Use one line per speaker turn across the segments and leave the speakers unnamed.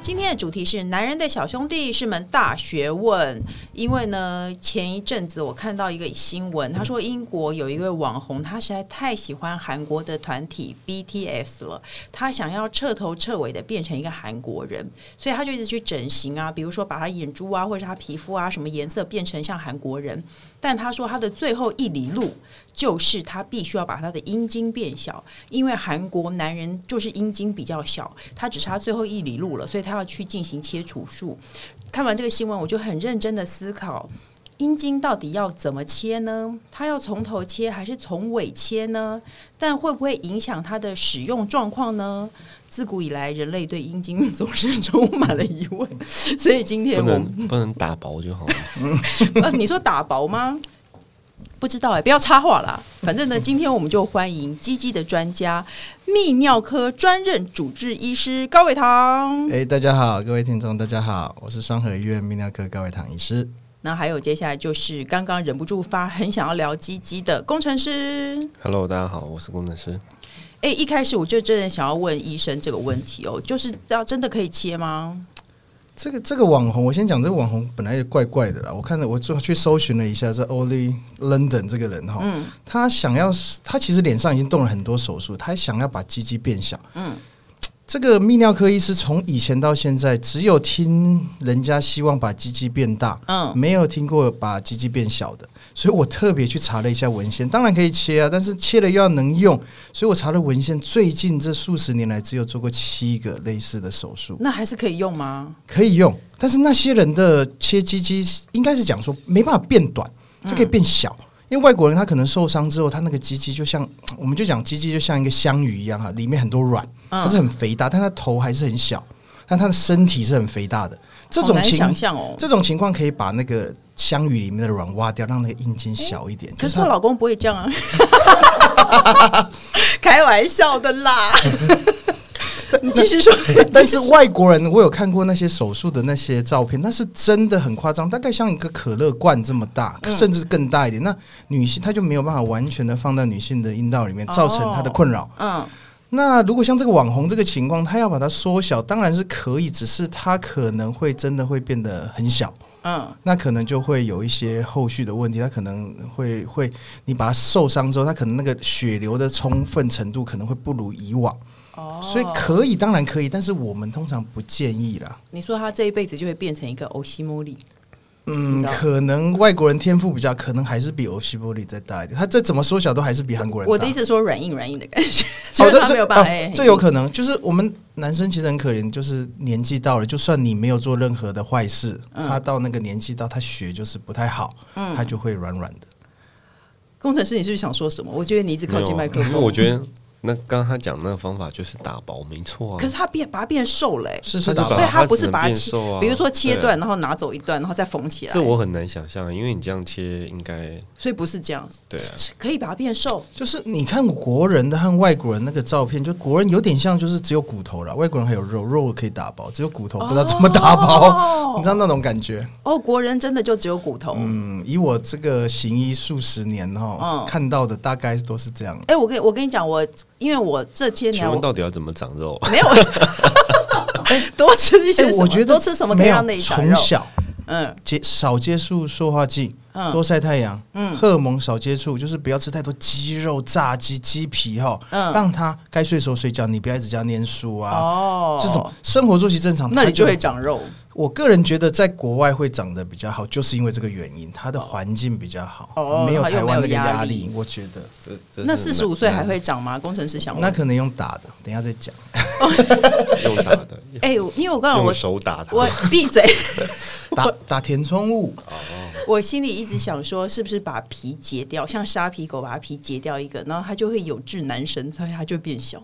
今天的主题是男人的小兄弟是门大学问。因为呢，前一阵子我看到一个新闻，他说英国有一位网红，他实在太喜欢韩国的团体 BTS 了，他想要彻头彻尾的变成一个韩国人，所以他就一直去整形啊，比如说把他眼珠啊，或者是他皮肤啊什么颜色变成像韩国人。但他说他的最后一里路就是他必须要把他的阴茎变小，因为韩国男人就是阴茎比较小，他只差最后一里路了，所以他要去进行切除术。看完这个新闻，我就很认真的思考。阴茎到底要怎么切呢？它要从头切还是从尾切呢？但会不会影响它的使用状况呢？自古以来，人类对阴茎总是充满了疑问，所以今天
不
我们
能不能打薄就好了。
呃，你说打薄吗？嗯不知道哎、不要插话啦。反正呢，今天我们就欢迎鸡鸡的专家，泌尿科专任主治医师高伟堂。
哎、大家好，各位听众，大家好，我是双河医院泌尿科高伟堂医师。
那还有接下来就是刚刚忍不住发很想要聊鸡鸡的工程师。
Hello，大家好，我是工程师。
哎、一开始我就真的想要问医生这个问题哦，就是要真的可以切吗？
这个这个网红，我先讲这个网红本来也怪怪的啦。我看了，我就去搜寻了一下这 Oli London 这个人哈，他想要他其实脸上已经动了很多手术，他想要把鸡鸡变小。嗯，这个泌尿科医师从以前到现在，只有听人家希望把鸡鸡变大，
嗯
没有听过把鸡鸡变小的。所以我特别去查了一下文献，当然可以切啊，但是切了又要能用，所以我查了文献，最近这数十年来只有做过七个类似的手术。
那还是可以用吗？
可以用，但是那些人的切鸡鸡应该是讲说没办法变短，它可以变小。因为外国人他可能受伤之后，他那个鸡鸡就像，我们就讲鸡鸡就像一个香鱼一样哈，里面很多卵，
嗯
它是很肥大，但它头还是很小，但它的身体是很肥大的。这
好
种
难
情
想象哦。
这种情况可以把那个香鱼里面的卵挖掉，让那个阴茎小一点。
可
就是它
我老公不会这样 啊，开玩笑的啦。 你继 续说，
但是外国人，我有看过那些手术的那些照片，那是真的很夸张，大概像一个可乐罐这么大，甚至更大一点。那女性她就没有办法完全的放在女性的阴道里面，
哦
造成她的困扰。
嗯，
那如果像这个网红这个情况，她要把它缩小，当然是可以，只是她可能会真的会变得很小。
嗯，
那可能就会有一些后续的问题，她可能会会，你把它受伤之后，她可能那个血流的充分程度可能会不如以往。
哦，
所以可以，当然可以，但是我们通常不建议啦。
你说他这一辈子就会变成一个欧西莫里，你
嗯
知道，
可能外国人天赋比较，可能还是比欧西波利再大一点。他这怎么缩小都还是比韩国人大。
我的意思说软硬软硬的感觉，所
哦，
以
对
他
这
没有办法，
哦
哎，
这有可能就是我们男生其实很可怜，就是年纪到了，就算你没有做任何的坏事，
嗯
他到那个年纪到他血就是不太好，他就会软软的。
工程师，你是不是想说什么？我觉得你一直靠近
啊
麦克
因
风，
嗯为我觉得那刚刚他讲那个方法就是打薄，没错啊。
可是他变把它变瘦了、哎
是
他
是
就
打
把
所以他不是
只能
把它
变
切，
瘦啊
比如说切断，然后拿走一段，然后再缝起
对
来，
啊，这我很难想象，因为你这样切应该
所以不是这样，
对啊，
是可以把它变瘦，
就是你看国人的和外国人那个照片，就国人有点像，就是只有骨头了，外国人还有肉，肉可以打包，只有骨头不知道怎么打包，
哦
你知道那种感觉？
哦，国人真的就只有骨头，
嗯，以我这个行医数十年哈，
嗯
看到的大概都是这样。
哎、我跟我跟你讲，我因为我这些年
请问
我
到底要怎么长肉？啊
没有多吃一些什么、
哎我觉得
多吃什么可以
没有
让那一长
从
肉？
小
嗯，
接少接触塑化剂，
嗯
多晒太阳，荷尔蒙少接触，就是不要吃太多鸡肉、炸鸡、鸡皮哈，
嗯
让它该睡的时候睡觉，你不要一直叫它念书啊。
哦，
这种生活作息正常，
那你
它就
就会长肉。
我个人觉得在国外会长得比较好，就是因为这个原因，它的环境比较好，
哦
没有
它又
台湾那
没有
个
压
压
力
力。我觉得
这这
那
是
四十五岁还会长吗？工程师想问。
那可能用打的，等一下再讲。
用打 的，
哎、我因为我刚刚我
用手打它。
我 闭嘴，
打
哦
打填充物，
我心里一直想说，是不是把皮截掉，像沙皮狗把它皮截掉一个，然后它就会有志男神，所以它就变小。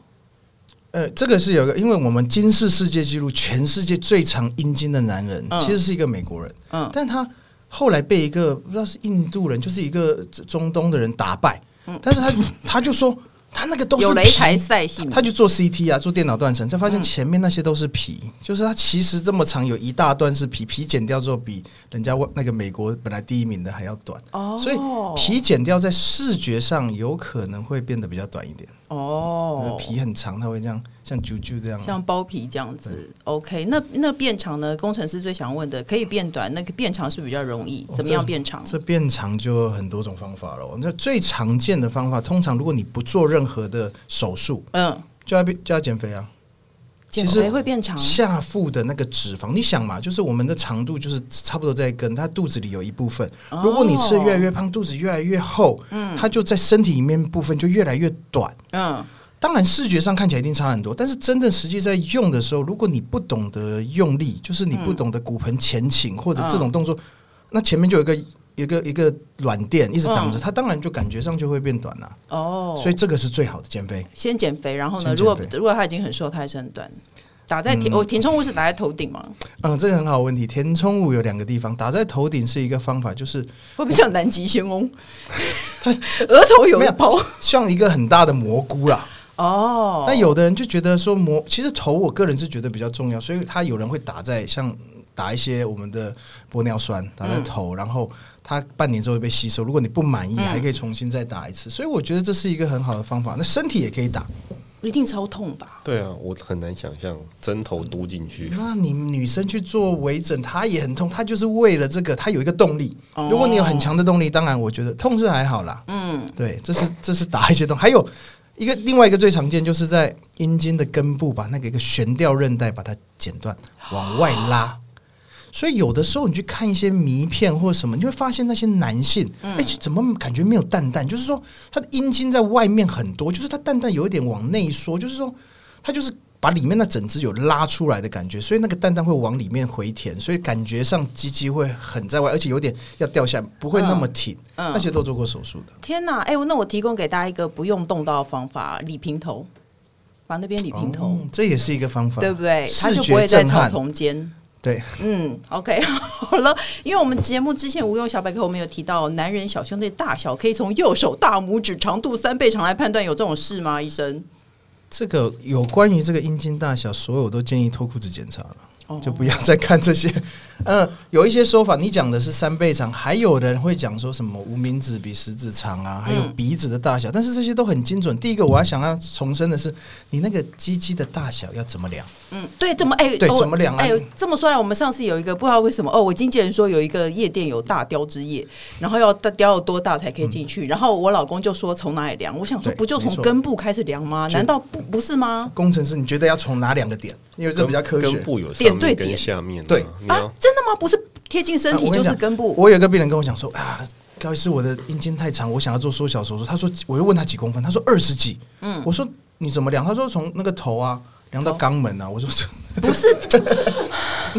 呃，这个是有一个，因为我们金氏世界纪录，全世界最长阴茎的男人、
嗯
其实是一个美国人，
嗯
但他后来被一个不知道是印度人，就是一个中东的人打败，但是他他就说。他那个都
嗯
是
有了一
皮
台赛性，
他就做 CT 啊，做电脑断层，才发现前面那些都是皮，就是它其实这么长有一大段是皮，皮剪掉之后比人家外那个美国本来第一名的还要短，
哦，
所以皮剪掉在视觉上有可能会变得比较短一点，
哦，
皮很长，它会这样像啾啾这样啊，
像包皮这样子。OK，那那变长呢？工程师最想问的，可以变短，那个变长是不是比较容易？
哦
怎么样变长？
这变长就有很多种方法了。那最常见的方法，通常如果你不做任何的手术，
嗯，
就要变就要减肥啊。
减
其实
肥会变长，
下腹的那个脂肪，你想嘛，就是我们的长度就是差不多在跟它肚子里有一部分。
哦
如果你吃得越来越胖，肚子越来越厚，它就在身体里面部分就越来越短。
嗯，
当然，视觉上看起来一定差很多，但是真正实际在用的时候，如果你不懂得用力，就是你不懂得骨盆前倾或者这种动作，那前面就有一个一个一个软垫一直挡着，
嗯
它当然就感觉上就会变短了、
哦，
所以这个是最好的减肥。
先减肥，然后呢？
先减肥
如果如果他已经很瘦，他还是很短，打在填哦填充物是打在头顶吗？
嗯，这个很好的问题。填充物有两个地方，打在头顶是一个方法，就是
会不会像南极仙翁？额头有
嗯没
一
有
包
像一个很大的蘑菇啦。
哦，
那有的人就觉得说蘑，其实头我个人是觉得比较重要，所以他有人会打在像打一些我们的玻尿酸打在头，然后它半年之后会被吸收。如果你不满意，
嗯
还可以重新再打一次。所以我觉得这是一个很好的方法。那身体也可以打，
一定超痛吧？
对啊，我很难想象针头嘟进
嗯
去。
那你女生去做微整，她也很痛，她就是为了这个，她有一个动力。
哦
如果你有很强的动力，当然我觉得痛是还好啦。
嗯，
对，这是这是打一些洞，还有一个另外一个最常见就是在阴茎的根部把那个一个悬吊韧带把它剪断，往外拉。所以有的时候你去看一些迷片或什么，你会发现那些男性，
嗯
哎、怎么感觉没有蛋蛋？就是说他的阴茎在外面很多，就是他蛋蛋有一点往内缩，就是说他就是把里面那整只有拉出来的感觉，所以那个蛋蛋会往里面回填，所以感觉上鸡鸡会很在外，而且有点要掉下来，不会那么挺。
嗯嗯
那些都做过手术的。
天哪！哎、那我提供给大家一个不用动刀的方法，理平头，把那边理平头。
哦这也是一个方法，
对不对？他
视
就不会
觉
再
震
草
撼，
丛间。
对，
嗯，OK，好 了，因为我们节目之前无用小百科我们有提到，男人小胸的大小可以从右手大拇指长度三倍长来判断，有这种事吗？医生？
这个有关于这个阴茎大小，所有都建议脱裤子检查了。
哦
就不要再看这些， 嗯，有一些说法，你讲的是三倍长，还有人会讲说什么无名指比食指长啊，还有
嗯
鼻子的大小，但是这些都很精准。第一个，我要想要重申的是，你那个鸡鸡的大小要怎么量？
嗯，对，怎么哎？
对
哦
怎么量啊
哎，这么说来，我们上次有一个不知道为什么哦，我经纪人说有一个夜店有大雕之夜，然后要大雕有多大才可以进去，然后我老公就说从哪里量？我想说
嗯对
不就从
没错
根部开始量吗？
就
难道不不是吗？
工程师，你觉得要从哪两个点？因为这比较科
根
学。
部有
点
上
对
面
点
跟下面、啊，
对
你要
啊，真的吗？不是贴近身
啊
体
我
就
跟你
是
讲
根部。
我有一个病人跟我讲说啊，高医师，我的阴茎太长，我想要做缩小手术。他说，我又问他几公分，他说二十几。嗯，我说你怎么量？他说从那个头啊量到肛门啊。我说这
不是，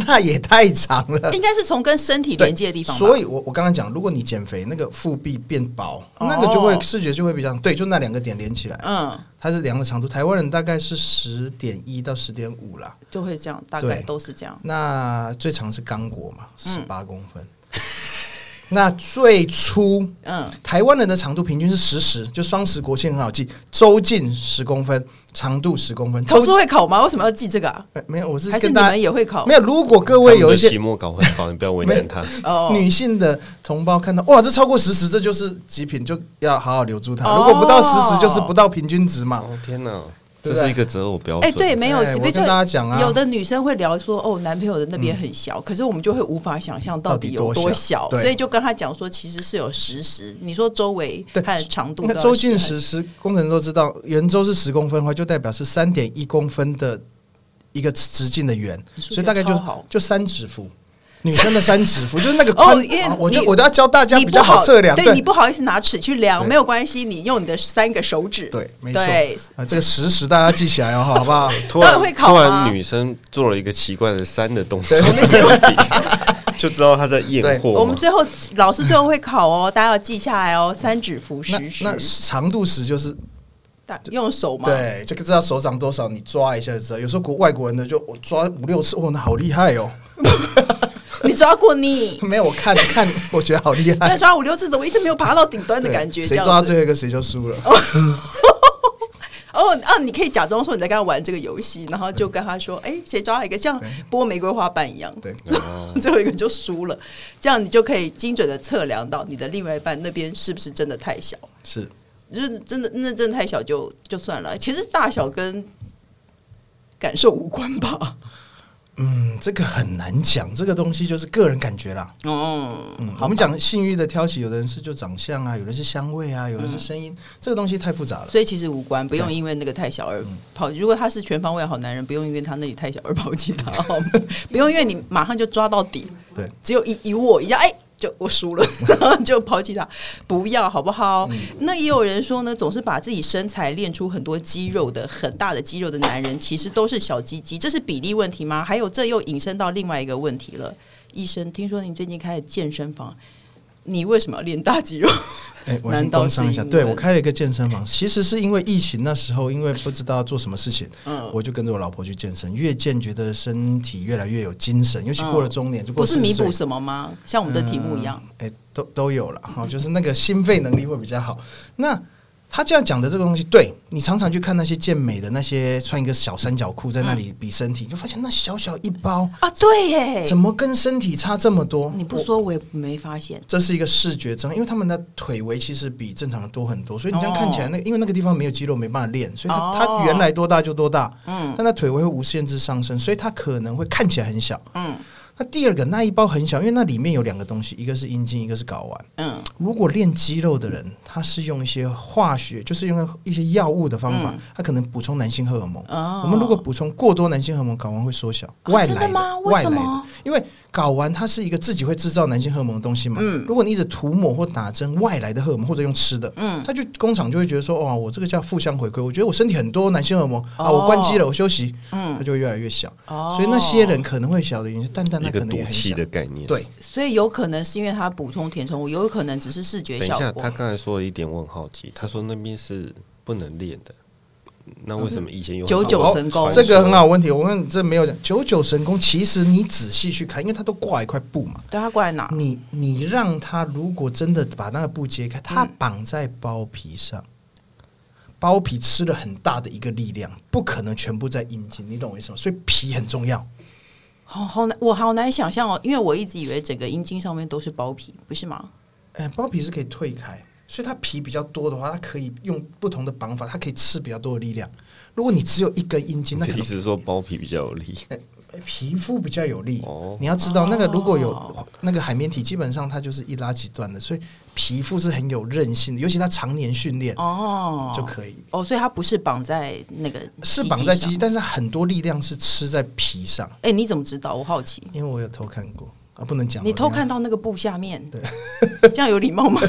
那也太长 了。
应该是从跟身体
对
连接的地方吧。
所以我我刚刚讲，如果你减肥，那个腹壁变薄，那个就会
哦
视觉就会比较对，就那两个点连起来，
嗯，
它是量的长度。台湾人大概是十点一到十点五啦，
就会这样，大概
对
都是这样。
那最长是刚果嘛，十八公分。那最粗
嗯，
台湾人的长度平均是十十，就双十国庆很好记，周径十公分，长度十公分。
考
周
试
径
会考吗？为什么要记这个啊？
呃没有，我是
还是
跟
你
大
们
家
也会考
没？有。如果各位有
他们
一
的期
些
末稿很好，你不要为难 他。
哦，
女性的同胞看到哇，这超过十十，这就是极品，就要好好留住它。
哦
如果不到十十，就是不到平均值嘛。
哦天哪，这
对不对
是一个择偶标
哎，
准。
对，没有，
哎
比
我
如
跟
说
大家讲啊
有的女生会聊说，哦，男朋友的那边很小，可是我们就会无法想象到底有
到底
小，
多小对
所以就跟他讲说，其实是有实时。你说周围
对
它的长度
那
都要
周径
是很
十十，工程都知道，圆周是十公分的话，就代表是三点一公分的一个直径的圆，
你数学
所以大概就
超好
就三指腹。女生的三指腹就是那个
哦
宽，
因为
啊我就
你
我都要教大家
你
比
不
较好测量，
对你不好意思拿尺去量，
对
没有关系，你用你的三个手指，
对，没错
对，
啊，这个实时大家记起来哦，好不好？
突
当然
然
会考
突
啊
然女生做了一个奇怪的三的动作， 就知道她在
对
验
我
货
们
嘛。
最后老师最后会考哦，大家要记下来哦，三指符
那
实
那
时，
长度时就是
大用手嘛，
对，这个知道手掌多少，你抓一下就知道。有时候国外国人的就我抓五六次，哇，那好厉害哦！，
你抓过你
没有，我看看，我觉得 好厉
再
害。
抓五六次，怎么一直没有爬到顶端的
对
感觉？哦
谁
这
抓到
样
最
子。
后一个谁就输了。
后啊，你可以假装说你在跟他玩这个游戏，然后就跟他说，哎、谁抓了一个像
对
剥玫瑰花瓣一样，
对，
啊
最后一个就输了，这样你就可以精准的测量到你的另外一半那边是不是真的太小，
是
就是真的那真的太小就就算了，其实大小跟感受无关吧。
嗯，这个很难讲，这个东西就是个人感觉啦。
哦，
嗯，我们讲性欲的挑起，有的人是就长相啊，有的是香味
嗯
啊，有的是声音，这个东西太复杂了。
所以其实无关，不用因为那个太小而抛。如果他是全方位的好男人，不用因为他那里太小而抛弃他，好吗 不用因为你马上就抓到底，
对，
只有一一握一下，哎、就我输了， 然后就抛弃他，不要好不好？那也有人说呢，总是把自己身材练出很多肌肉的很大的肌肉的男人，其实都是小鸡鸡，这是比例问题吗？还有这又引申到另外一个问题了，医生，听说你最近开了健身房，你为什么要练大肌肉？
哎，我
难
先
道
工商一
是
下，
因
对
为
我开了一个健身房，其实是因为疫情那时候，因为不知道做什么事情，
嗯
我就跟着我老婆去健身，越健觉得身体越来越有精神，尤其过了中年，就
嗯
过
不是弥
40岁
补什么吗？像我们的题目一样，
哎、都都有了哈、就是那个心肺能力会比较好。那他这样讲的这个东西，对你常常去看那些健美的那些穿一个小三角裤在那里比身体，你就发现那小小一包
啊，嗯对耶，
嗯怎么跟身体差这么多？
你不
我
说我也没发现。
这是一个视觉症，因为他们的腿围其实比正常的多很多，所以你这样看起来，那个因为那个地方没有肌肉，没办法练，所以
哦
他他原来多大就多大，
嗯
但他腿围会无限制上升，所以他可能会看起来很小。
嗯
那第二个那一包很小，因为那里面有两个东西，一个是阴茎，一个是睾丸。
嗯，
如果练肌肉的人，他是用一些化学，就是用一些药物的方法，他可能补充男性荷尔蒙。
嗯哦
我们如果补充过多男性荷尔蒙，睾丸会缩小，
啊
外
真的
来的，
吗为
外
什
来的
么，
因为睾丸它是一个自己会制造男性荷尔蒙的东西嘛。
嗯
如果你一直涂抹或打针外来的荷尔蒙，或者用吃的，
嗯
他就工厂就会觉得说，哦，我这个叫负向回馈，我觉得我身体很多男性荷尔蒙、啊，
哦
我关机了，我休息，
嗯
它就会越来越小。
哦
所以那些人可能会小的原因，但但他
一个
可能也
赌
很
气
小。
的概念。
对，
所以有可能是因为他补充填充物，有可能只是视觉
等一
效
下，
果。
他刚才说了一点，我很好奇，他说那边是不能练的，那为什么以前有
九九
很多
神功
传
这
说
个很好问题，我问你，这没有讲九九神功。其实你仔细去看，因为它都挂一块布嘛，
对他过来拿，
你你让它如果真的把那个布揭开，它绑在包皮上，包皮吃了很大的一个力量，不可能全部在阴茎，你懂我意思吗？所以皮很重要。
好好难，我好难想象哦，因为我一直以为整个阴茎上面都是包皮，不是吗？
哎，包皮是可以退开，所以它皮比较多的话，它可以用不同的绑法，它可以吃比较多的力量。如果你只有一根阴茎，那
你
可
的
能
意思是说包皮比较有力？
皮肤比较有力。
哦
你要知道，那个如果有、
哦
那个海绵体，基本上它就是一拉即断的，所以皮肤是很有韧性的，尤其它常年训练、
哦，
就可以。
哦，所以它不是绑在那个
是绑在
鸡
鸡
鸡上。
鸡，但是很多力量是吃在皮上，
哎、你怎么知道？我好奇，
因为我有偷看过啊，不能讲。
你
我
偷
等
看
一下？
到那个布下面，这样有礼貌吗？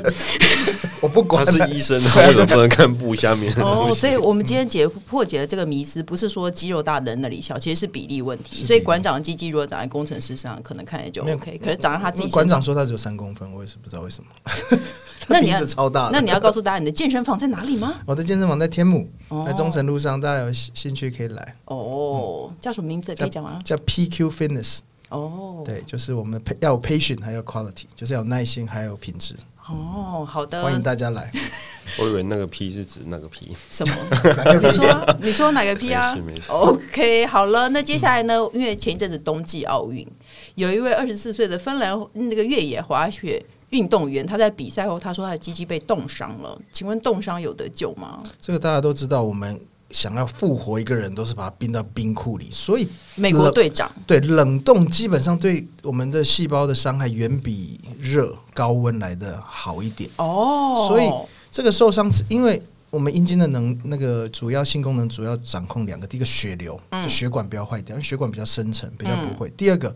我不管
他 是
了
医生，他为什么不能看布下面的东
哦，
西？
所以我们今天解破解了这个迷思，不是说肌肉大的人那里小，其实是比例问
是比
题。
例
所以馆长的鸡鸡如果长在工程师上，可能看起来就
没有
OK，可是长在他自己
馆
身上
长说他只有三公分，我也是不知道为什么。
那
他
你
鼻
要
子超大的
那你要告诉大家你的健身房在哪里吗？
我的健身房在天母，
哦
在中城路上，大家有兴趣可以来。
哦，叫什么名字？可以讲吗？
叫 PQ Fitness，
哦，
对，就是我们的 pa- 要有 patient，还要 quality，就是要有耐心，还要有品质。
哦，好的，
欢迎大家来。
我以为那个 P 是指那个 P。
什么？你说啊，你说哪个 P 啊
没事没事
？OK，好了，那接下来呢？因为前一阵子冬季奥运，有一位二十四岁的芬兰那个越野滑雪运动员，他在比赛后他说他的鸡鸡被冻伤了，请问冻伤有得救吗？
这个大家都知道，我们想要复活一个人，都是把他冰到冰库里，所以
美国
冷
队长，
对冷冻基本上对我们的细胞的伤害远比热高温来的好一点。
哦，
呃所以这个受伤是因为我们阴茎的能那个主要性功能主要掌控两个，第一个血流，
嗯
就血管不要坏掉，因为血管比较深层，比较
嗯
不会；第二个。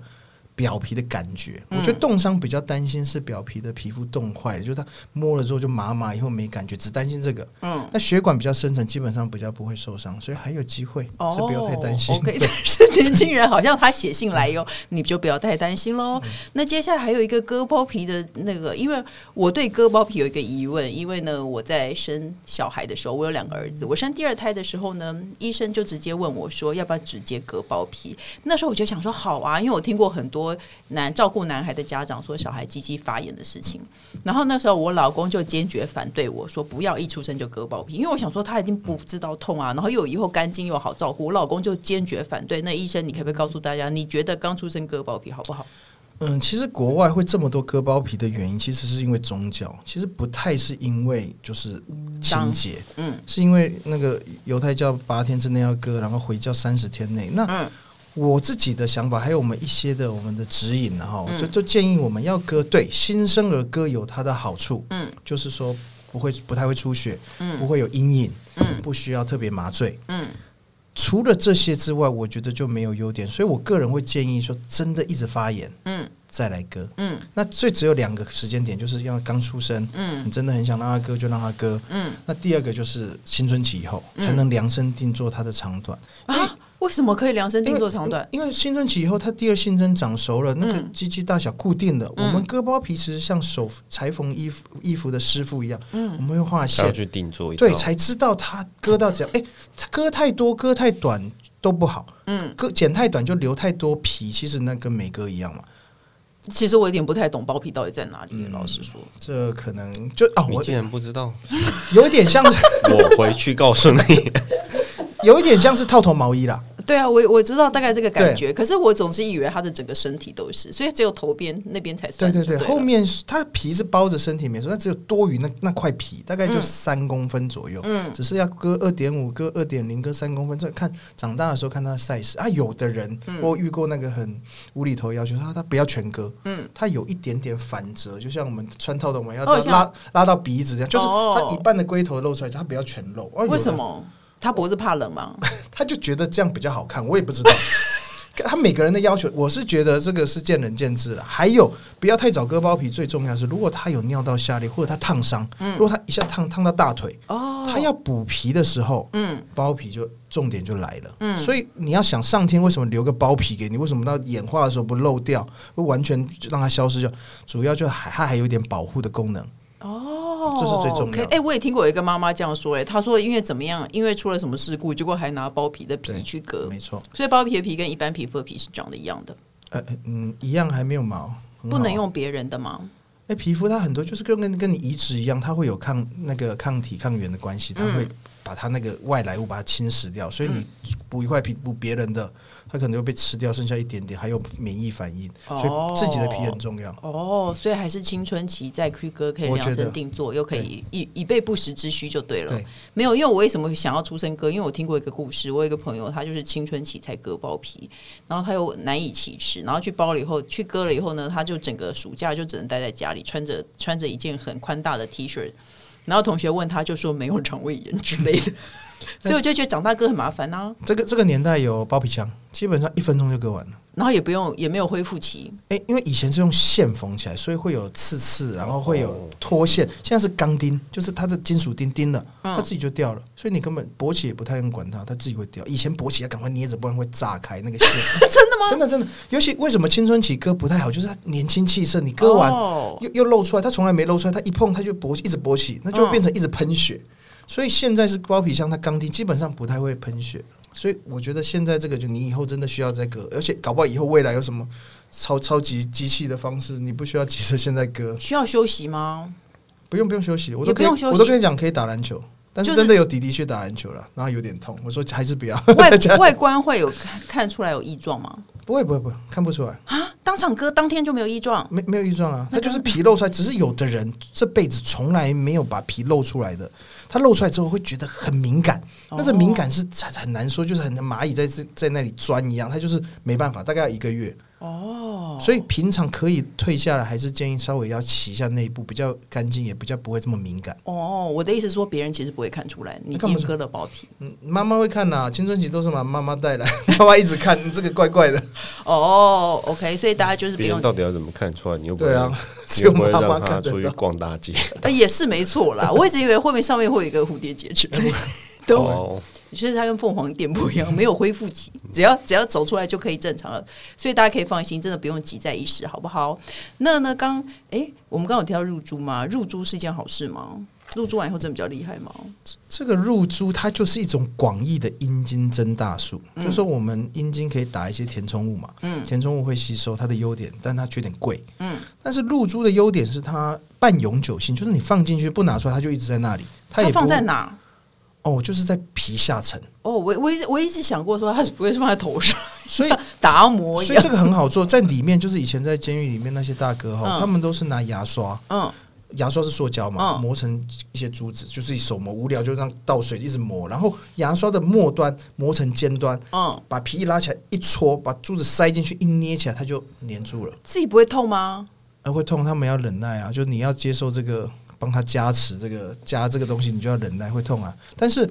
表皮的感觉，我
嗯
觉得冻伤比较担心是表皮的皮肤冻坏了，就是它摸了之后就麻麻，以后没感觉，只担心这个。
嗯。
那血管比较深层，基本上比较不会受伤，所以还有机会，
哦
这不要太担心。
OK，但是年轻人好像他写信来哟， 你就不要太担心喽。
嗯
那接下来还有一个割包皮的那个，因为我对割包皮有一个疑问，因为呢，我在生小孩的时候，我有两个儿子，我生第二胎的时候呢，医生就直接问我说要不要直接割包皮。那时候我就想说好啊，因为我听过很多说男照顾男孩的家长说小孩鸡鸡发炎的事情，然后那时候我老公就坚决反对我说不要一出生就割包皮，因为我想说他一定不知道痛啊，然后又以后干净又好照顾，我老公就坚决反对。那医生，你可不可以告诉大家，你觉得刚出生割包皮好不好？
嗯，其实国外会这么多割包皮的原因，其实是因为宗教，其实不太是因为就是情节，
嗯，
是因为那个犹太教八天之内要割，然后回教三十天内。那
嗯
我自己的想法，还有我们一些的我们的指引呢，哈，
嗯
就就建议我们要割，对新生儿割有它的好处，
嗯
就是说不会不太会出血，不
嗯
会有阴影，
嗯
不需要特别麻醉。
嗯
除了这些之外，我觉得就没有优点，所以我个人会建议说，真的一直发炎
嗯
再来割。
嗯
那最只有两个时间点，就是要刚出生，你
嗯
真的很想让他割就让他割。
嗯
那第二个就是青春期以后
嗯
才能量身定做它的长短，
啊！为什么可以量身定做长短？
因为青春期以后它第二性征长熟了，那个
嗯
机器大小固定了。
嗯
我们割包皮其实像手裁缝衣服衣服的师傅一样，我
嗯
们会画
他要
线，
去定做一套
对，才知道它割到怎样。哎、它割太多、割太短都不好，
嗯，
割剪太短就留太多皮，其实那跟没割一样嘛。
其实我有点不太懂包皮到底在哪里，老实说。
这可能就啊，
你
我
竟然不知道，
有一点像是
我回去告诉你。
有一点像是套头毛衣啦。
对啊，我我知道大概这个感觉，可是我总是以为他的整个身体都是，所以只有头边那边才
对
算。
对
对
对，
了，
后面是它皮是包着身体没错，但只有多余那那块皮，大概就
嗯
三公分左右。
嗯
只是要割二点五、割二点零、割三公分，这看长大的时候看它的 size 啊。有的人、
嗯
我遇过那个很无厘头的要求，他说他不要全割，
嗯
他有一点点反折，就像我们穿套的，我们要
哦
到
像
拉、拉到鼻子这样，就是
哦
他一半的龟头露出来，他不要全露。哦有的
为什么他脖子怕冷吗？
他就觉得这样比较好看，我也不知 道。他每个人的要求，我是觉得这个是见仁见智了。还有，不要太早割包皮，最重要是，如果他有尿道下裂或者他烫伤，如果他一下烫烫到大腿，
嗯哦，
他要补皮的时候，
嗯
包皮就重点就来了。
嗯
所以你要想，上天为什么留个包皮给你？为什么到演化的时候不漏掉，会完全让它消失掉？主要就还它还有一点保护的功能。
哦，
这是最重要的
可哎、我也听过有一个妈妈这样说、哎，她说因为怎么样，因为出了什么事故，结果还拿包皮的皮
对
去割，
没错，
所以包皮的皮跟一般皮肤的皮是长得一样的，
呃嗯，一样还没有毛，很好
不
啊
能用别人的吗？
哎、皮肤它很多就是跟跟跟你移植一样，它会有抗那个抗体抗原的关系，它
嗯
会把它那个外来物把它侵蚀掉，所以你补一块皮补别人的，它可能又被吃掉，剩下一点点，还有免疫反应，所
哦
以自己的皮很重要。
哦，所以还是青春期在 Q 哥可以
我
量
觉得
身定做，又可以以以备不时之需就对了。
对
没有，因为我为什么想要出生割？因为我听过一个故事，我有一个朋友，他就是青春期才割包皮，然后他又难以启齿，然后去包了以后，去割了以后呢，他就整个暑假就只能待在家里，穿着穿着一件很宽大的 T 恤。然后同学问他，就说没有肠胃炎之类 的，所以我就觉得长大割很麻烦啊呐、
这个这个年代有包皮枪，基本上一分钟就割完了。
然后也不用也没有恢复期，
哎、因为以前是用线缝起来，所以会有刺刺，然后会有
哦
脱线。现在是钢钉，就是它的金属钉钉了，
嗯
它自己就掉了，所以你根本勃起也不太用管它，它自己会掉。以前勃起要啊赶快捏着，不然会炸开那个线。
真的吗？
真的真的，尤其为什么青春期割不太好，就是他年轻气盛，你割完、
哦
又又露出来，他从来没露出来，他一碰他就勃起，一直勃起，那就会变成一直喷血。所以现在是包皮像它钢钉基本上不太会喷血，所以我觉得现在这个就你以后真的需要再割，而且搞不好以后未来有什么超 超级机器的方式，你不需要急着现在割，
需要休息吗？
不用不用休息，我
也
都
不
可以
用休息
我都跟你讲可以打篮球，但
就是是
真的有弟弟去打篮球了，然后有点痛，我说还是不要，
外
在家
外观会有看看出来有异状吗？
不会不会不会看不出来。
啊，当场割当天就没有异状，
没没有异状啊，
那
它就是皮露出来，只是有的人这辈子从来没有把皮露出来的，他露出来之后会觉得很敏感，
哦
那个敏感是很很难说，就是很像蚂蚁在在在那里钻一样，他就是没办法，大概要一个月哦。所以平常可以退下来，还是建议稍微要洗一下内部，比较干净，也比较不会这么敏感。
哦，我的意思是说，别人其实不会看出来，你
那干嘛
今天割了包皮。
嗯，妈妈会看呐、青春期都是把妈妈带来， 妈妈一直看这个怪怪的，
哦，OK，所以大家就是不
别
用
人，到底要怎么看出来？你又不会
对 啊
你又不会
只有妈妈
让他
看得
出去
到
逛大街。
呃，也是没错啦。我一直以为后面上面会有一个蝴蝶结 之类的都没有
哦，
其实它跟凤凰店不一样，没有恢复期，
嗯
只要只要走出来就可以正常了，所以大家可以放心，真的不用急在一时，好不好？那呢，刚诶，我们刚刚有提到入珠吗？入珠是一件好事吗？入住完以后真的比较厉害吗？
这个入珠它就是一种广义的阴茎增大术，就是说我们阴茎可以打一些填充物嘛，
嗯
填充物会吸收它的优点，但它缺点贵。
嗯，
但是露珠的优点是它半永久性，就是你放进去不拿出来，它就一直在那里，它也
它
不
放在哪？
哦，就是在皮 下层，
哦，我我一直我一直想过说它是不会放在头上
所以
达摩一
所以
样
这，个很好做，在里面就是以前在监狱里面那些大哥哈，
嗯
他们都是拿牙刷，
嗯
牙刷是塑胶嘛，
嗯
磨成一些珠子，就自己手磨，无聊就这样倒水一直磨，然后牙刷的末端磨成尖端，
嗯，
把皮一拉起来一戳，把珠子塞进去一捏起来，它就粘住了。
自己不会痛吗？
哎，会痛，他们要忍耐啊，就是你要接受这个，帮他加持这个加这个东西，你就要忍耐，会痛啊。但是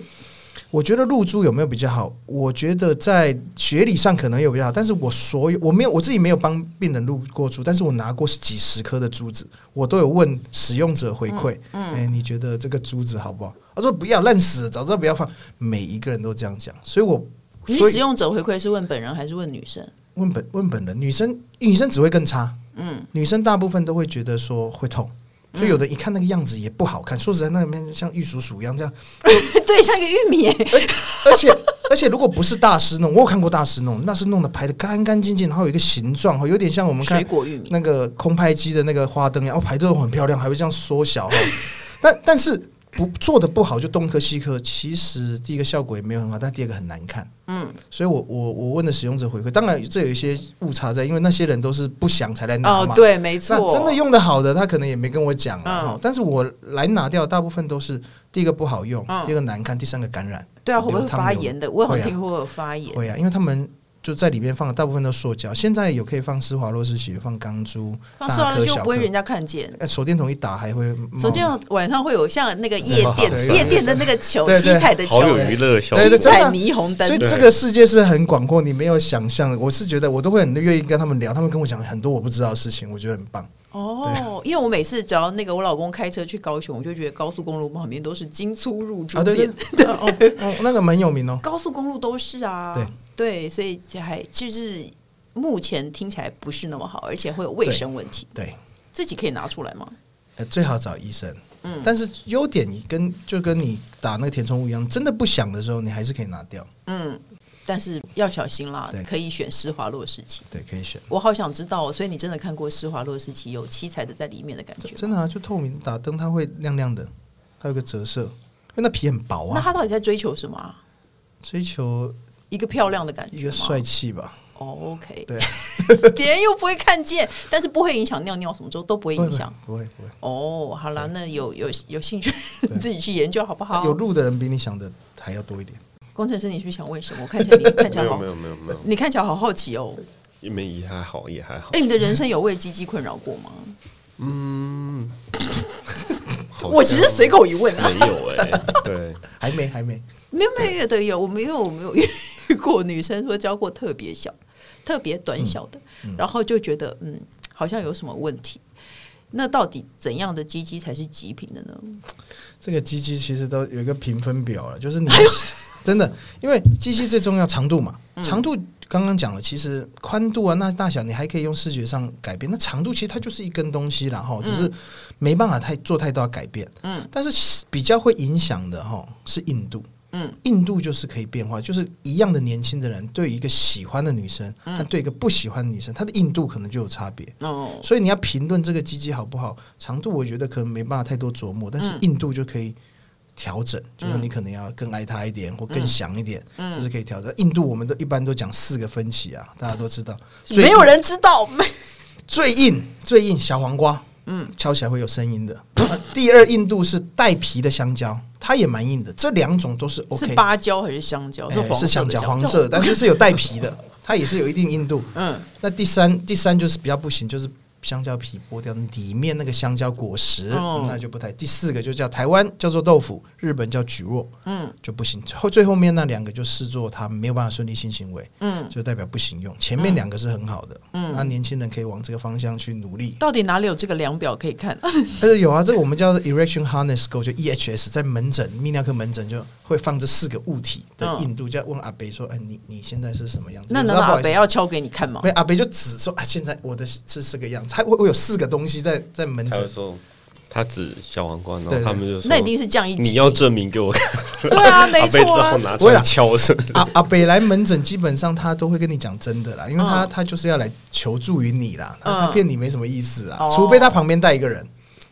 我觉得露珠有没有比较好？我觉得在学理上可能有比较好，但是我所有我没有我自己没有帮病人露过珠，但是我拿过几十颗的珠子，我都有问使用者回馈，
嗯
哎、你觉得这个珠子好不好？他说不要烂死了，早知道不要放。每一个人都这样讲，所以我
你
所以
使用者回馈是问本人还是问女生？
问本问本人，女生女生只会更差，
嗯，
女生大部分都会觉得说会痛，所以有的一看那个样子也不好看。说实在，那里面像玉鼠鼠一样这样，
对，像个玉米耶，
而且 而且如果不是大师弄，我有看过大师弄，那是弄的排的干干净净，然后有一个形状，有点像我们
水
看
果玉米。
那个空拍机的那个花灯一样，哦，排队都很漂亮，还会这样缩小。哦 但但是不做的不好就东一颗西一颗，其实第一个效果也没有很好，但第二个很难看。
嗯，
所以我我我问的使用者回馈，当然这有一些误差在，因为那些人都是不想才来拿
哦
嘛。，
对，没
那
错，
真的用的好的，他可能也没跟我讲
嗯
啊、哈但是我来拿掉，大部分都是第一个不好用，
嗯
第二个难看，第三个感染。
对啊，会不会
流汤
发
流
炎的？我有
会啊
听过有发炎，
会啊，因为他们就在里面放的大部分都塑胶，现在有可以放施华洛世奇，放钢珠，
放射了
大颗
就
小
不会
颗嗯
人家看见。
呃手电筒一打还会冒。
首先晚上会有像那个夜店
对
夜店的那个球，
对
七
对
彩的球
好，有娱乐效
对
七
对
果。
真的
彩霓虹灯
所以，这个世界是很广阔，你没有想象的。我是觉得我都会很愿意跟他们聊，他们跟我讲很多我不知道的事情，我觉得很棒。
哦，因为我每次只要那个我老公开车去高雄，我就觉得高速公路旁边都是金粗入住
啊，对对
店，
对，哦
嗯
哦， 那个蛮有名哦。
高速公路都是啊，
对
所以这还就是目前听起来不是那么好，而且会有卫生问题，
对，
自己可以拿出来吗？
呃，最好找医生。嗯，但是优点跟就跟你打那个填充物一样，真的不想的时候，你还是可以拿掉。
嗯，但是要小心啦
对，
可以选施华洛世奇。
对，可以选。
我好想知道哦，所以你真的看过施华洛世奇有七彩的在里面的感觉吗？
真的啊，就透明打灯，它会亮亮的，它有个折射，因为那皮很薄
那
啊，
他到底在追求什么、啊？
追求
一个漂亮的感觉吗，
一个帅气吧。
哦，OK，
对，
别人又不会看见，但是不会影响尿尿什么，之后都不会
不会
影响。
不会不会，
哦，好啦，那有有有兴趣
对
自己去研究好不好？
有路的人比你想的还要多一点。
工程师，你是不是想问什么？我看起来你看起来
没有
好
没，有没有没有，
你看起来好好奇哦。
也没也还好也还好
哎，。你的人生有为鸡鸡困扰过吗？
嗯， 好
我其实
像
随口一问啊，
没有 哎、对，
还没还没，
没有没有的有，我没有我没有遇过女生说教过特别小、特别短小的，
嗯
然后就觉得嗯，好像有什么问题。那到底怎样的鸡鸡才是极品的呢？
这个鸡鸡其实都有一个评分表了， 就是
哎
你真的，因为鸡鸡最重要长度嘛，
嗯
长度刚刚讲了，其实宽度啊，那大小你还可以用视觉上改变，那长度其实它就是一根东西啦，哈，只是没办法太做太多的改变，
嗯，
但是比较会影响的哈是硬度。
嗯，
硬度就是可以变化，就是一样的年轻的人对于一个喜欢的女生，
嗯
和对一个不喜欢的女生，她的硬度可能就有差别。
哦，
所以你要评论这个鸡鸡好不好，长度我觉得可能没办法太多琢磨，但
嗯
是硬度就可以调整，就是你可能要更爱它一点或
嗯
更想一点，这是可以调整。硬度我们都一般都讲四个分歧啊，大家都知道，最
没有人知道，没
最硬最硬小黄瓜，嗯，敲起来会有声音的。第二硬度是带皮的香蕉，它也蛮硬的，这两种都是 OK
是芭蕉还是香蕉？
哎
黄色
是
的
香
香
蕉黄色的，但是是有带皮的，它也是有一定硬度。
嗯，
那第三第三就是比较不行，就是香蕉皮剥掉里面那个香蕉果实，
哦
那就不太。第四个就叫台湾叫做豆腐，日本叫蒟蒻，
嗯
就不行。后最后面那两个就视作它没有办法顺利性行为，
嗯，
就代表不行用。前面两个是很好的，
嗯
那年轻人可以往这个方向去努力。
到底哪里有这个量表可以看？
但是有啊，这个我们叫 erection harness go，就 EHS，在门诊泌尿科门诊就会放这四个物体的
嗯
硬度，就要问阿北说：“哎，你你现在是什么样子？”
那
有时
能
候
阿
不好意思
北要敲给你看吗
没？有阿北就指说啊，现在我的是这个样子，他会会有四个东西在在门
他会
诊，
说他指小皇冠，然
对
后
对
他们就说
那一定是降一
你
级。
要证明给我看，
对啊，没
阿贝之
错啊
后，拿出来敲是不是？
啊阿阿北来门诊，基本上他都会跟你讲真的啦，因为他、
嗯
他就是要来求助于你啦，
嗯
他他骗你没什么意思啊，
哦
除非他旁边带一个人。
哦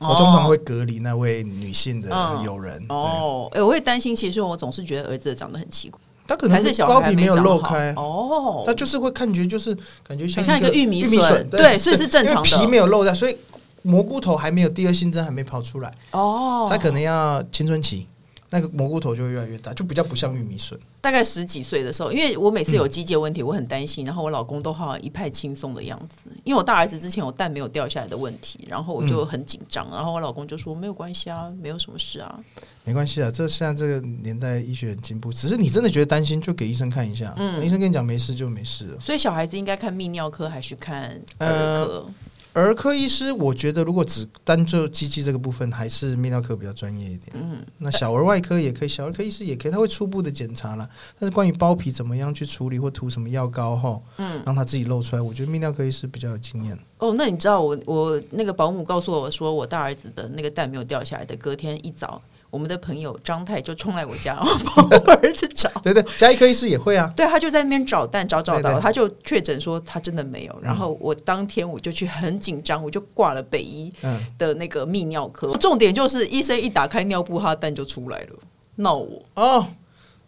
我通常会隔离那位女性的
嗯
友人，对
哦，哎、我会担心，其实我总是觉得儿子长得很奇怪，
他可
还
能
是小
包
孩
皮
没
有
长
露
好
开，
哦，
他就是会感觉就是感觉像
很像一个
玉
玉米
米
笋
笋，
对所以是正
因为
常的
皮没有露在，所以蘑菇头还没有第二性征还没跑出来，
哦，
他可能要青春期，那个蘑菇头就会越来越大，就比较不像玉米笋。
大概十几岁的时候，因为我每次有肌腱问题，我很担心，然后我老公都好像一派轻松的样子。因为我大儿子之前有蛋没有掉下来的问题，然后我就很紧张，然后我老公就说没有关系啊，没有什么事啊。
没关系啊，这现在这个年代医学很进步，只是你真的觉得担心，就给医生看一下。
嗯
医生跟你讲没事就没事了。
所以小孩子应该看泌尿科还是看儿
呃
科？
儿科医师，我觉得如果只单就鸡鸡这个部分，还是泌尿科比较专业一点。
嗯，
那小儿外科也可以，小儿科医师也可以，他会初步的检查啦。但是关于包皮怎么样去处理或涂什么药膏哈，
嗯，
让它自己露出来，我觉得泌尿科医师比较有经验。
哦，那你知道我我那个保姆告诉我说，我大儿子的那个蛋没有掉下来的，隔天一早，我们的朋友张太就冲来我家，然 后帮我儿子找。
对对，加医科医师也会啊。
对，他就在那边找蛋，找找
对嗯
找，
对
他就确诊说他真的没有。然后我当天我就去很紧张，我就挂了北医
嗯，
的那个泌尿科。重点就是医生一打开尿布，他的蛋就出来了，闹我。
哦，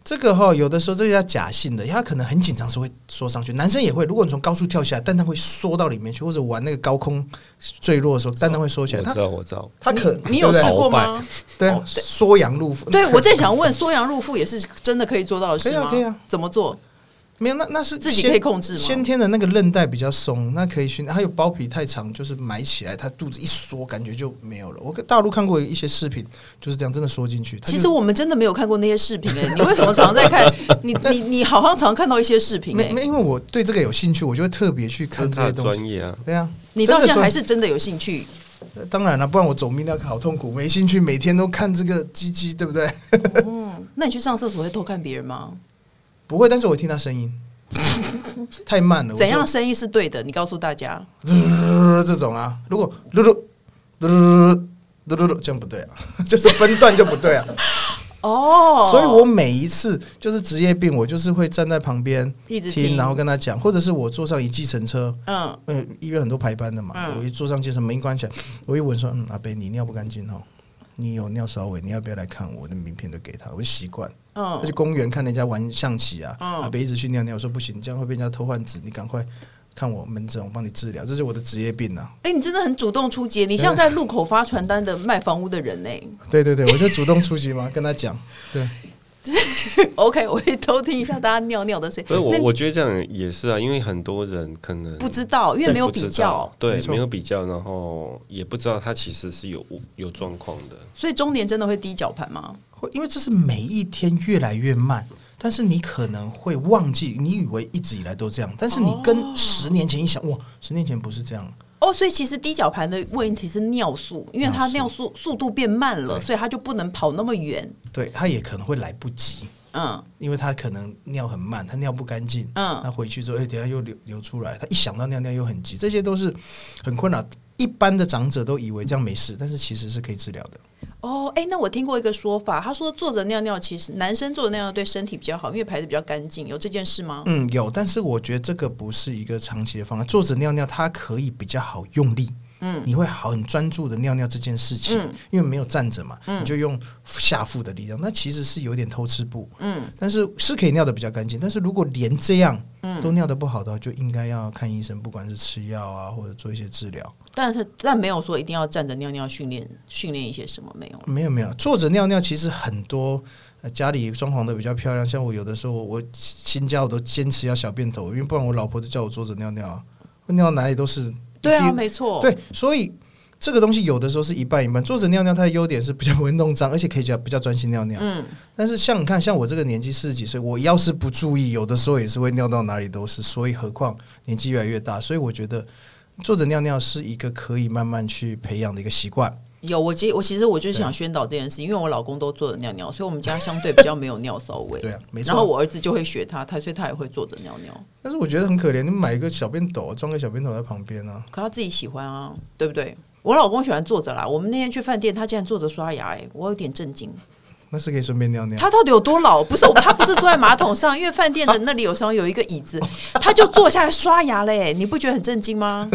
这个哈、有的时候这个叫假性的，他可能很紧张，是会缩上去。男生也会，如果你从高处跳下来，蛋蛋会缩到里面去，或者玩那个高空坠落的时候，蛋蛋会缩起来。
我
他
知道，我知道，
他可
你有
对
试
不对
过吗？
对啊
哦对
缩阳入腹。
对，我正想问，缩阳入腹也是真的可以做到的事
可以啊
吗？
可以啊
怎么做？
没有，那那是
自己
先
可以控制吗
先天的那个韧带比较松，那可以训。还有包皮太长，就是埋起来，他肚子一缩，感觉就没有了。我跟大陆看过一些视频，就是这样，真的缩进去。它就
其实我们真的没有看过那些视频 诶、你为什么常在看？你你你好像常看到一些视频诶、欸
没没，因为我对这个有兴趣，我就会特别去
这
看
是
这
他
些
的
东西
专。业啊。
对啊，
你到
真的
现在
说
还是真的有兴趣？
呃当然了，不然我走泌尿科好痛苦，没兴趣，每天都看这个鸡鸡，对不对？
嗯，那你去上厕所会偷看别人吗？
不会，但是我会听他声音， 太慢了。我
怎样
说？
生意是对的？你告诉大家。
呃这种啊，如果噜噜噜噜噜噜噜噜，这样不对啊， 就是分段就不对啊。
哦，
所以我每一次就是职业病，我就是会站在旁边
一直
听，然后跟他讲，或者是我坐上一计程车。
嗯，
嗯，医院很多排班的嘛，
嗯
我一坐上计程门一关起来，我一闻说，嗯，阿贝你尿不干净哦，你有尿骚味，你要不要来看我？我的名片都给他，我就习惯。他
嗯
去公园看人家玩象棋啊，
嗯
阿北一直去尿尿，我说不行，这样会被人家偷换纸，你赶快看我门诊，我帮你治疗，这是我的职业病啊。
哎、你真的很主动出击，你像在路口发传单的卖房屋的人呢、
对对对，我就主动出击嘛，跟他讲，对，
OK，我会偷听一下大家尿尿的声
所以
音。
我
那
我觉得这样也是啊，因为很多人可能
不知道，因为
对
没有
不知
比
道
较，
没
对，
错
没有比较，然后也不知道他其实是有有状况的。
所以中年真的会低绞盘吗？
会因为这是每一天越来越慢，但是你可能会忘记，你以为一直以来都这样，但是你跟十年前一想，哇，十年前不是这样，
哦，所以其实低绞盘的问题是尿素，因为它
尿
尿素速度变慢了，
对
所以它就不能跑那么远。
对他也可能会来不及。
嗯，
因为他可能尿很慢，他尿不干净，
嗯
他回去之后，哎、等一下又流流出来，他一想到尿尿又很急，这些都是很困扰。一般的长者都以为这样没事，但是其实是可以治疗的。
哦，哎、那我听过一个说法，他说坐着尿尿，其实男生坐着尿尿对身体比较好，因为排的比较干净，有这件事吗？
嗯，有，但是我觉得这个不是一个长期的方案。坐着尿尿，它可以比较好用力，嗯，你会好很专注的尿尿这件事情，
嗯
因为没有站着嘛，你就用下腹的力量，那其实是有点偷吃步，嗯，但是是可以尿的比较干净。但是如果连这样都尿的不好的话，就应该要看医生，不管是吃药啊，或者做一些治疗。
但是但没有说一定要站着尿尿训练训练一些什么没有。
没有没有，坐着尿尿其实很多，呃家里装潢的比较漂亮，像我有的时候我新家我都坚持要小便头，因为不然我老婆就叫我坐着尿尿啊，我尿到哪里都是。
对啊，
一定
没错。
对，所以这个东西有的时候是一半一 半。坐着尿尿它的优点是比较不会弄脏，而且可以比较比较专心尿尿。
嗯，
但是像你看，像我这个年纪四十几岁，我要是不注意，有的时候也是会尿到哪里都是。所以何况年纪越来越大，所以我觉得坐着尿尿是一个可以慢慢去培养的一个习惯。
有我其我其实我就是想宣导这件事，因为我老公都坐着尿尿，所以我们家相对比较没有尿骚味。
对啊，没错。
然后我儿子就会学他，他所以他也会坐着尿尿，
但是我觉得很可怜，你买一个小便斗，装个小便斗在旁边啊，
可他自己喜欢啊，对不对？我老公喜欢坐着啦，我们那天去饭店，他竟然坐着刷牙、哎，我有点震惊。
那是可以顺便尿尿。
他到底有多老？不是，他不是坐在马桶上，因为饭店的那里有时候有一个椅子，他就坐下来刷牙嘞、哎你不觉得很震惊吗？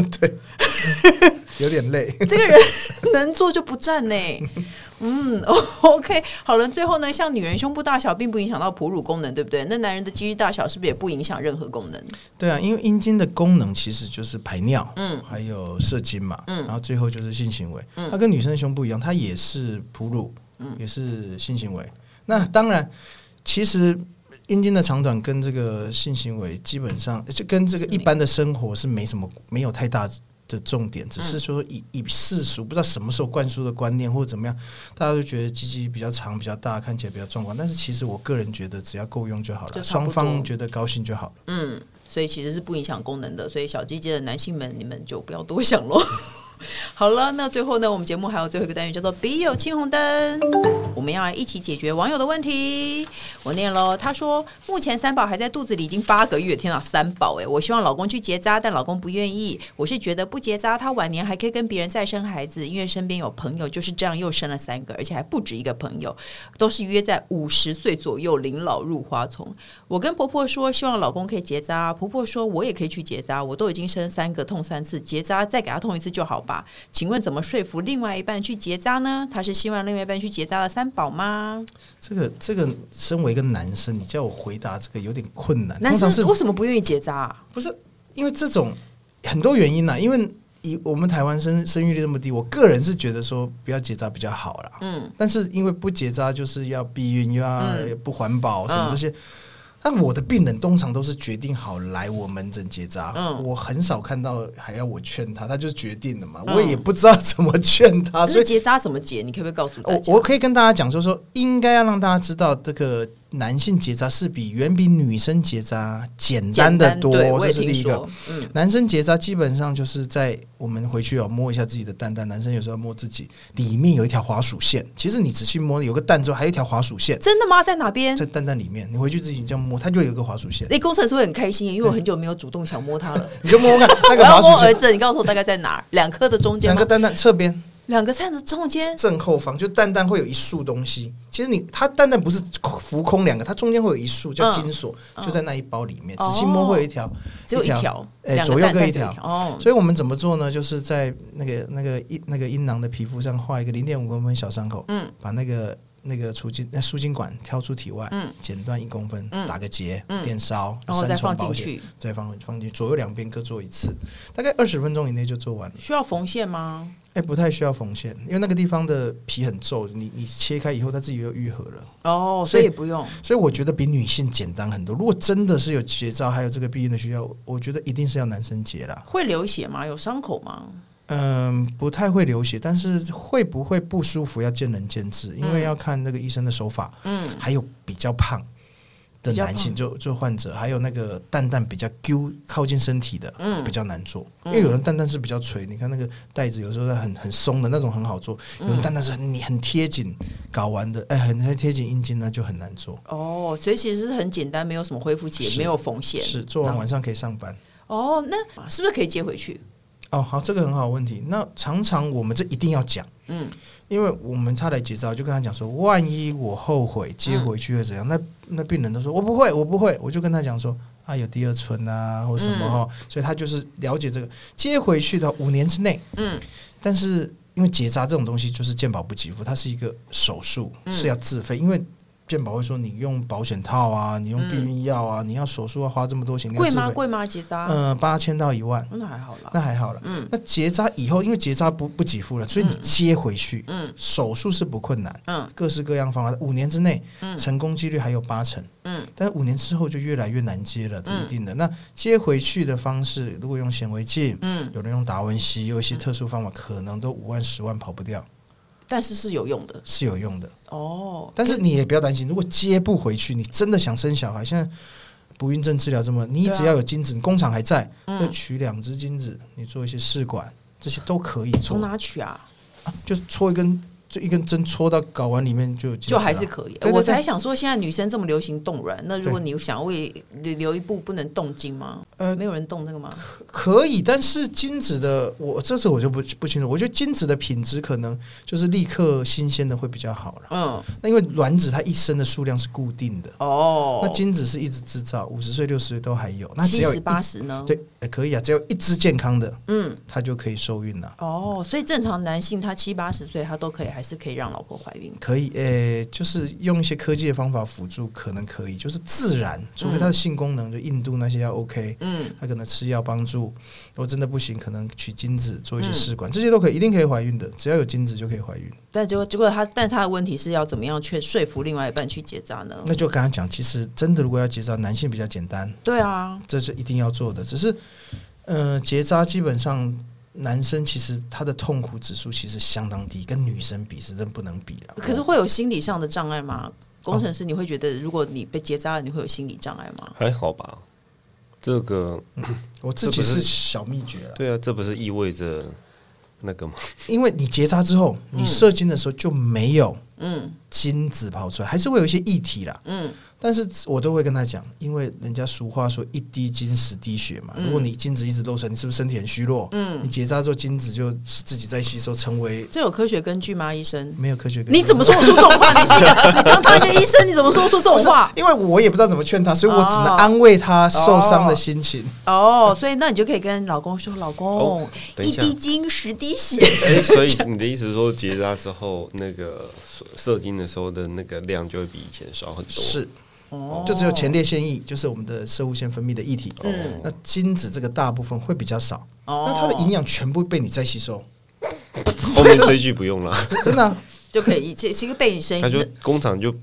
有点累。
这个人 能坐就不站呢、嗯 哦，OK，好了，最后呢，像女人胸部大小并不影响到哺乳功能，对不对？那男人的肌肉大小是不是也不影响任何功能？
对啊，因为阴茎的功能其实就是排尿，嗯，还有射精嘛，嗯，然后最后就是性行为。
嗯
它跟女生的胸部一样，它也是哺乳，嗯，也是性行为。那当然，其实阴茎的长短跟这个性行为基本上就跟这个
是没
一般的生活是没什么没有太大。的重
嗯
点只是说以以世俗不知道什么时候灌输的观念或者怎么样，大家都觉得鸡鸡比较长比较大，看起来比较壮观。但是其实我个人觉得只要够用就好
就
了，
差不
双
多
方觉得高兴就好了。
嗯，所以其实是不影响功能的。所以小鸡鸡的男性们，你们就不要多想喽。 好了，那最后呢，我们节目还有最后一个单元叫做“笔友青红灯”，我们要来一起解决网友的问题。我念喽，他说目前三宝还在肚子里已经八个月，天哪，三宝哎、我希望老公去结扎，但老公不愿意。我是觉得不结扎，他晚年还可以跟别人再生孩子，因为身边有朋友就是这样又生了三个，而且还不止一个朋友，都是约在五十岁左右临老入花丛。我跟婆婆说，希望老公可以结扎。婆婆说，我也可以去结扎，我都已经生三个，痛三次，结扎再给他痛一次就好吧。请问怎么说服另外一半去结扎呢？他是希望另外一半去结扎的三宝吗？
这个这个，身为一个男生，你叫我回答这个有点困难。
男
嗯通
生
常是
为什么不愿意结扎、啊？
不是因为这种很多原因呐、因为以我们台湾生生育率这么低，我个人是觉得说不要结扎比较好啦。
嗯，
但是因为不结扎就是要避孕，又要
嗯
不环保什么这些。那我的病人通常都是决定好来我门诊结扎，
嗯
我很少看到还要我劝他，他就决定了嘛，
嗯
我也不知道怎么劝他，
可
啊所
是
以
结扎怎么结？你可不可以告诉大
我
家？
我可以跟大家讲，就是说应该要让大家知道，这个男性结扎是比远比女生结扎简单的多，
对我
这
也
是
听
第一个。
说，嗯
男生结扎基本上就是在我们回去哦，摸一下自己的蛋蛋。男生有时候摸自己，里面有一条滑鼠线。其实你仔细摸，有个蛋之后还有一条滑鼠线
真的吗？在哪边哎
在？蛋蛋里面。你回去自己这样摸，它就有一个滑鼠 线，
那工程师会很开心，因为我很久没有主动想摸他了。
你就摸摸看 那
我
个
要
滑
摸
鼠
儿
线，
子，你告诉我大概在哪儿？两颗的中间
两
吗
个？蛋蛋侧边
两个菜的中间，
正后方，就蛋蛋会有一束东西。其实你它蛋蛋不是浮空两个，它中间会有一束叫金锁，就在那一包里面。
嗯哦
仔细摸会有一条，
只有一
一条
条，
哎
两个
左右
蛋
各
蛋
一
只有
条
哦，
所以我们怎么做呢？就是在那个那个阴那个阴囊的皮肤上画一个零点五公分小伤口，
嗯，
把那个那个储精那输精管挑出体外，
嗯，
剪断一公分，
嗯
打个结，
嗯
电烧，
然后
三
再
重
放进
保险，
去，
再放放进去，左右两边各做一次，大概二十分钟以内就做完了。
需要缝线吗？
哎、不太需要缝线，因为那个地方的皮很皱，你你切开以后它自己又愈合了，
哦，所
所
以
以
也不用。
所以我觉得比女性简单很多。如果真的是有结扎，还有这个避孕的需要，我觉得一定是要男生结啦。
会流血吗？有伤口吗？
嗯，不太会流血，但是会不会不舒服要见仁见智，因为要看那个医生的手法，
嗯，
还有比较胖的
比较
男性
胖
就就患者，还有那个蛋蛋比较揪靠近身体的，
嗯
比较难做，因为有人蛋蛋是比较垂，你看那个袋子有时候它很很松的那种很好做，
嗯
有人蛋蛋是很你很贴紧睾丸的，哎、很很贴紧阴茎那就很难做，
哦，所以其实是很简单，没有什么恢复期，也
是
没有缝线。
是做完晚上可以上班。
哦，那是不是可以接回去？
哦，好，这个很好的问题。那常常我们这一定要讲，
嗯，
因为我们他来结扎，我就跟他讲说，万一我后悔接
嗯
回去会怎样？那那病人都说我不会，我不会，我就跟他讲说啊，有第二春啊，或什
嗯
么哈、所以他就是了解这个接回去的五年之内，
嗯，
但是因为结扎这种东西就是健保不给付，它是一个手术，
嗯
是要自费，因为。健保会说你用保险套啊，你用避孕药啊，你要手术要花这么多钱，你要
贵
自
吗？
费？
贵吗？结扎？
嗯、八千到一万。
那还好啦。
那还好了。
嗯
那结扎以后，因为结扎不不给付了，所以你接回去，
嗯
手术是不困难，
嗯
各式各样方法，五年之内、
嗯
成功几率还有八成，
嗯
但是五年之后就越来越难接了，这一定的。那接回去的方式，如果用显微镜，
嗯，
有人用达文西，有一些特殊方法，可能都五万、十万跑不掉，
但是是有用的
是有用的。
哦。
但是你也不要担心，如果接不回去，你真的想生小孩，现在不孕症治疗这么，你
对啊
只要有精子，你工厂还在，
嗯
就取两只精子，你做一些试管，这些都可以做
从。哪取啊？
啊就戳一根就一根针戳到睾丸里面就有精子
就
啊
还是可以。
对对
我
对
才想说，现在女生这么流行冻卵，那如果你想为留一步不能动精吗？
呃
没有人动这个吗？
可以，但是精子的我这次我就不不清楚，我觉得精子的品质可能就是立刻新鲜的会比较好了。
嗯，
那因为卵子它一生的数量是固定的，
哦，
那精子是一直制造，五十岁六十岁都还有，那只
七
要有
十
一
八十呢？，
对、呃可以啊，只要有一只健康的，
嗯，
它就可以受孕了。
哦，所以正常男性他七八十岁，他都可以，还是可以让老婆怀孕。
可以，呃，就是用一些科技的方法辅助，可能可以，就是自然，除非它的性功能，就硬度那些要 OK，
嗯，
它可能吃药帮助。如果真的不行，可能取精子做一些
嗯
试管，这些都可以，一定可以怀孕的，只要有精子就可以怀孕。
但结果结果他，但他的问题是要怎么样去说服另外一半去结扎呢？
那就刚刚讲，其实真的如果要结扎，男性比较简单，
对啊，
这是一定要做的。只是，呃，结扎基本上男生其实他的痛苦指数其实相当低，跟女生比是真不能比了。
可是会有心理上的障碍吗？工程师，你会觉得如果你被结扎了，你会有心理障碍吗？
还好吧？这个
我自己是小秘诀了，
对啊，这不是意味着那 个吗？
因为你结扎之后，你射精的时候就没有
嗯
精子跑出来，还是会有一些液体啦。
嗯，
但是我都会跟他讲，因为人家俗话说一滴精十滴血嘛。
嗯
如果你精子一直漏出来，你是不是身体很虚弱？嗯，你结扎之后精子就自己在吸收，成为
这有科学根据吗？医生，
没有科学根据。
你怎么说得出这种话？你是一个， 你当他一个医生，你怎么说得出这种话？
因为我也不知道怎么劝他，所以我只能
哦
安慰他受伤的心情。
哦，所以那你就可以跟老公说，老公
哦，等一
一
下
滴精十滴血，
哎，所以你的意思是说结扎之后，那个射射精的时候的那个量就会比以前少很多？，
是，
哦
就只有前列腺液，就是我们的射物腺分泌的液体。
嗯
那精子这个大部分会比较少，
哦
那它的营养全部被你再吸收，
后面这一句不用 了，
真的、啊。
就可以，这是一个被你生
他就工厂就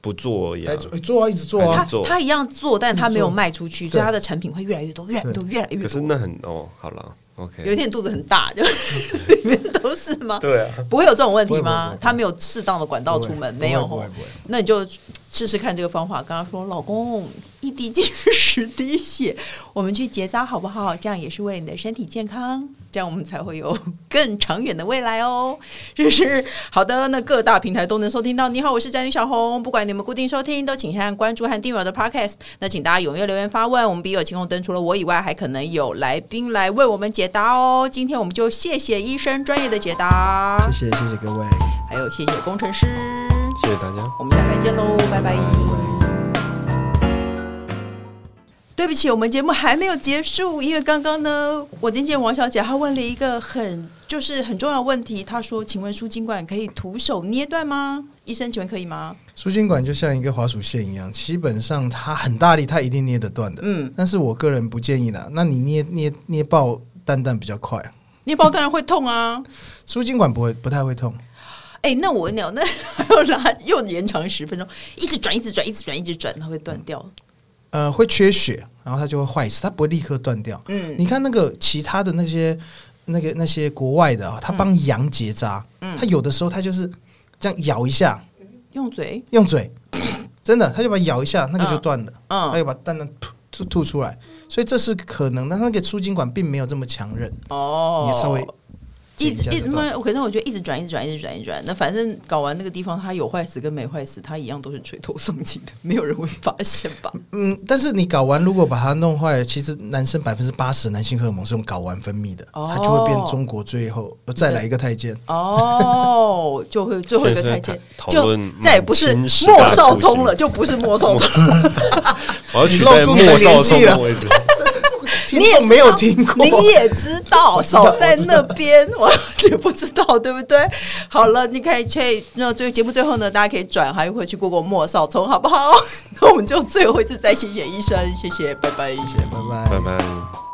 不做而已、啊
来。做做啊，一直做
还
啊
他
是。做
他一样做，但他没有卖出去，所以
对
他的产品会越来越多，越来越多，越来越
可是
多。
那很哦，好了，OK，
有一天肚子很大， 就里面都是吗？
对啊，
不会有这种问
不
题
会不会
吗
不会？
他没有适当的管道出门，
不会
没有
不
哦
会不会不会。
那你就试试看这个方法。跟他说，老公，一滴精十滴血，我们去结扎好不好？这样也是为你的身体健康，这样我们才会有 更长远的未来哦。这是好的，那各大平台都能收听到。你好，我是詹女小红。不管你们固定收听，都请按关注和订阅我的 Podcast。那请大家踊跃留言发问，我们笔友晴空灯除了我以外，还可能有来宾来为我们解答哦。今天我们就谢谢医生专业的解答。
谢谢谢谢各位。
还有谢谢工程师，
谢谢大家。
我们下回见喽，拜拜。对不起，我们节目还没有结束，因为刚刚呢，我经纪人王小姐她问了一个很就是很重要的问题，她说：“请问输精管可以徒手捏断吗？”医生，请问可以吗？
输精管就像一个滑鼠线一样，基本上它很大力，它一定捏得断的。
嗯，
但是我个人不建议啦。那你捏捏捏爆蛋蛋比较快，
捏爆当然会痛啊。
输精管不会不太会痛。
哎、那我问你哦，那 还要拉又延长十分钟，一直转，一直转，一直转，一直转，它会断掉。
呃，会缺血，然后它就会坏死，它不会立刻断掉。
嗯
你看那个其他的那些那个那些国外的啊，
嗯
他帮羊结扎，他有的时候他就是这样咬一下，
用嘴，
用嘴，真的，他就把它咬一下，那个就断了，
嗯
他就把蛋蛋吐吐吐出来，所以这是可能的。那那个输精管并没有这么强韧，
哦，
你稍微
一
剪
直
下
一
这
直
段。
那可是我觉得一直转，一直转，一直转，一直转。那反正搞完那个地方，它有坏死跟没坏死，它一样都是垂头丧气的，没有人会发现吧？
嗯，但是你睾丸如果把它弄坏了，其实男生百分之八十男性荷尔蒙是用睾丸分泌的，
哦
它就会变中国最后呃再来一个太监。
哦，就会最后一个
现在
台
是
阶，
讨讨
就
论满
再也不是
清十大
莫少
酷
聪
刑
了，就不是莫少聪。
我要
你
取
露
代
出
莫
你的年
少
纪
聪
了
的位置。
听
你也
众没有
知道
听过，
你也知道，
知道
守在那边， 我也不知道，对不对？好了，你可以去那最节目最后呢，大家可以转，还会去过过莫少聪， 好不好？那我们就最后一次再谢谢医生，谢谢，拜拜，谢谢，拜拜。
拜拜。
拜拜。